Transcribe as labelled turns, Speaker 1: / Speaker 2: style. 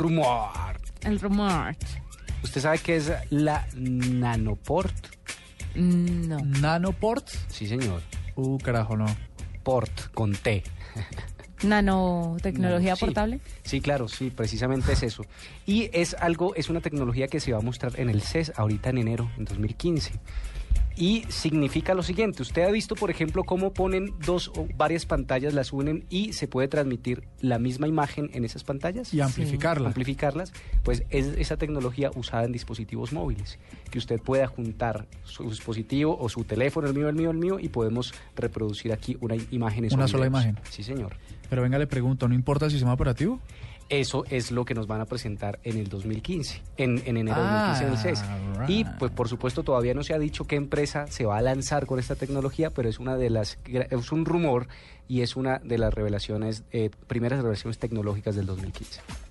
Speaker 1: rumor.
Speaker 2: El rumor.
Speaker 1: ¿Usted sabe qué es la nanoport?
Speaker 2: Mm, No.
Speaker 3: Nanoport.
Speaker 1: Sí, señor.
Speaker 3: Uh, carajo, no.
Speaker 1: Port con T.
Speaker 2: Nanotecnología
Speaker 1: Nano, sí.
Speaker 2: portable.
Speaker 1: Sí, claro, sí, precisamente es eso. Y es algo, es una tecnología que se va a mostrar en el CES ahorita en enero, en 2015. Y significa lo siguiente, usted ha visto, por ejemplo, cómo ponen dos o varias pantallas, las unen y se puede transmitir la misma imagen en esas pantallas.
Speaker 3: Y amplificarla.
Speaker 1: amplificarlas, pues es esa tecnología usada en dispositivos móviles, que usted pueda juntar su dispositivo o su teléfono, el mío, el mío, el mío, y podemos reproducir aquí una i- imagen. en su
Speaker 3: Una sola
Speaker 1: videos.
Speaker 3: imagen.
Speaker 1: Sí, señor.
Speaker 3: Pero venga, le pregunto, ¿no importa el sistema operativo?
Speaker 1: Eso es lo que nos van a presentar en el 2015, en, en enero
Speaker 3: Ah,
Speaker 1: de 2015 del CES. Y
Speaker 3: right.
Speaker 1: pues por supuesto todavía no se ha dicho qué empresa se va a lanzar con esta tecnología, pero es una de las gra- es un rumor y es una de las revelaciones eh, primeras revelaciones tecnológicas del 2015.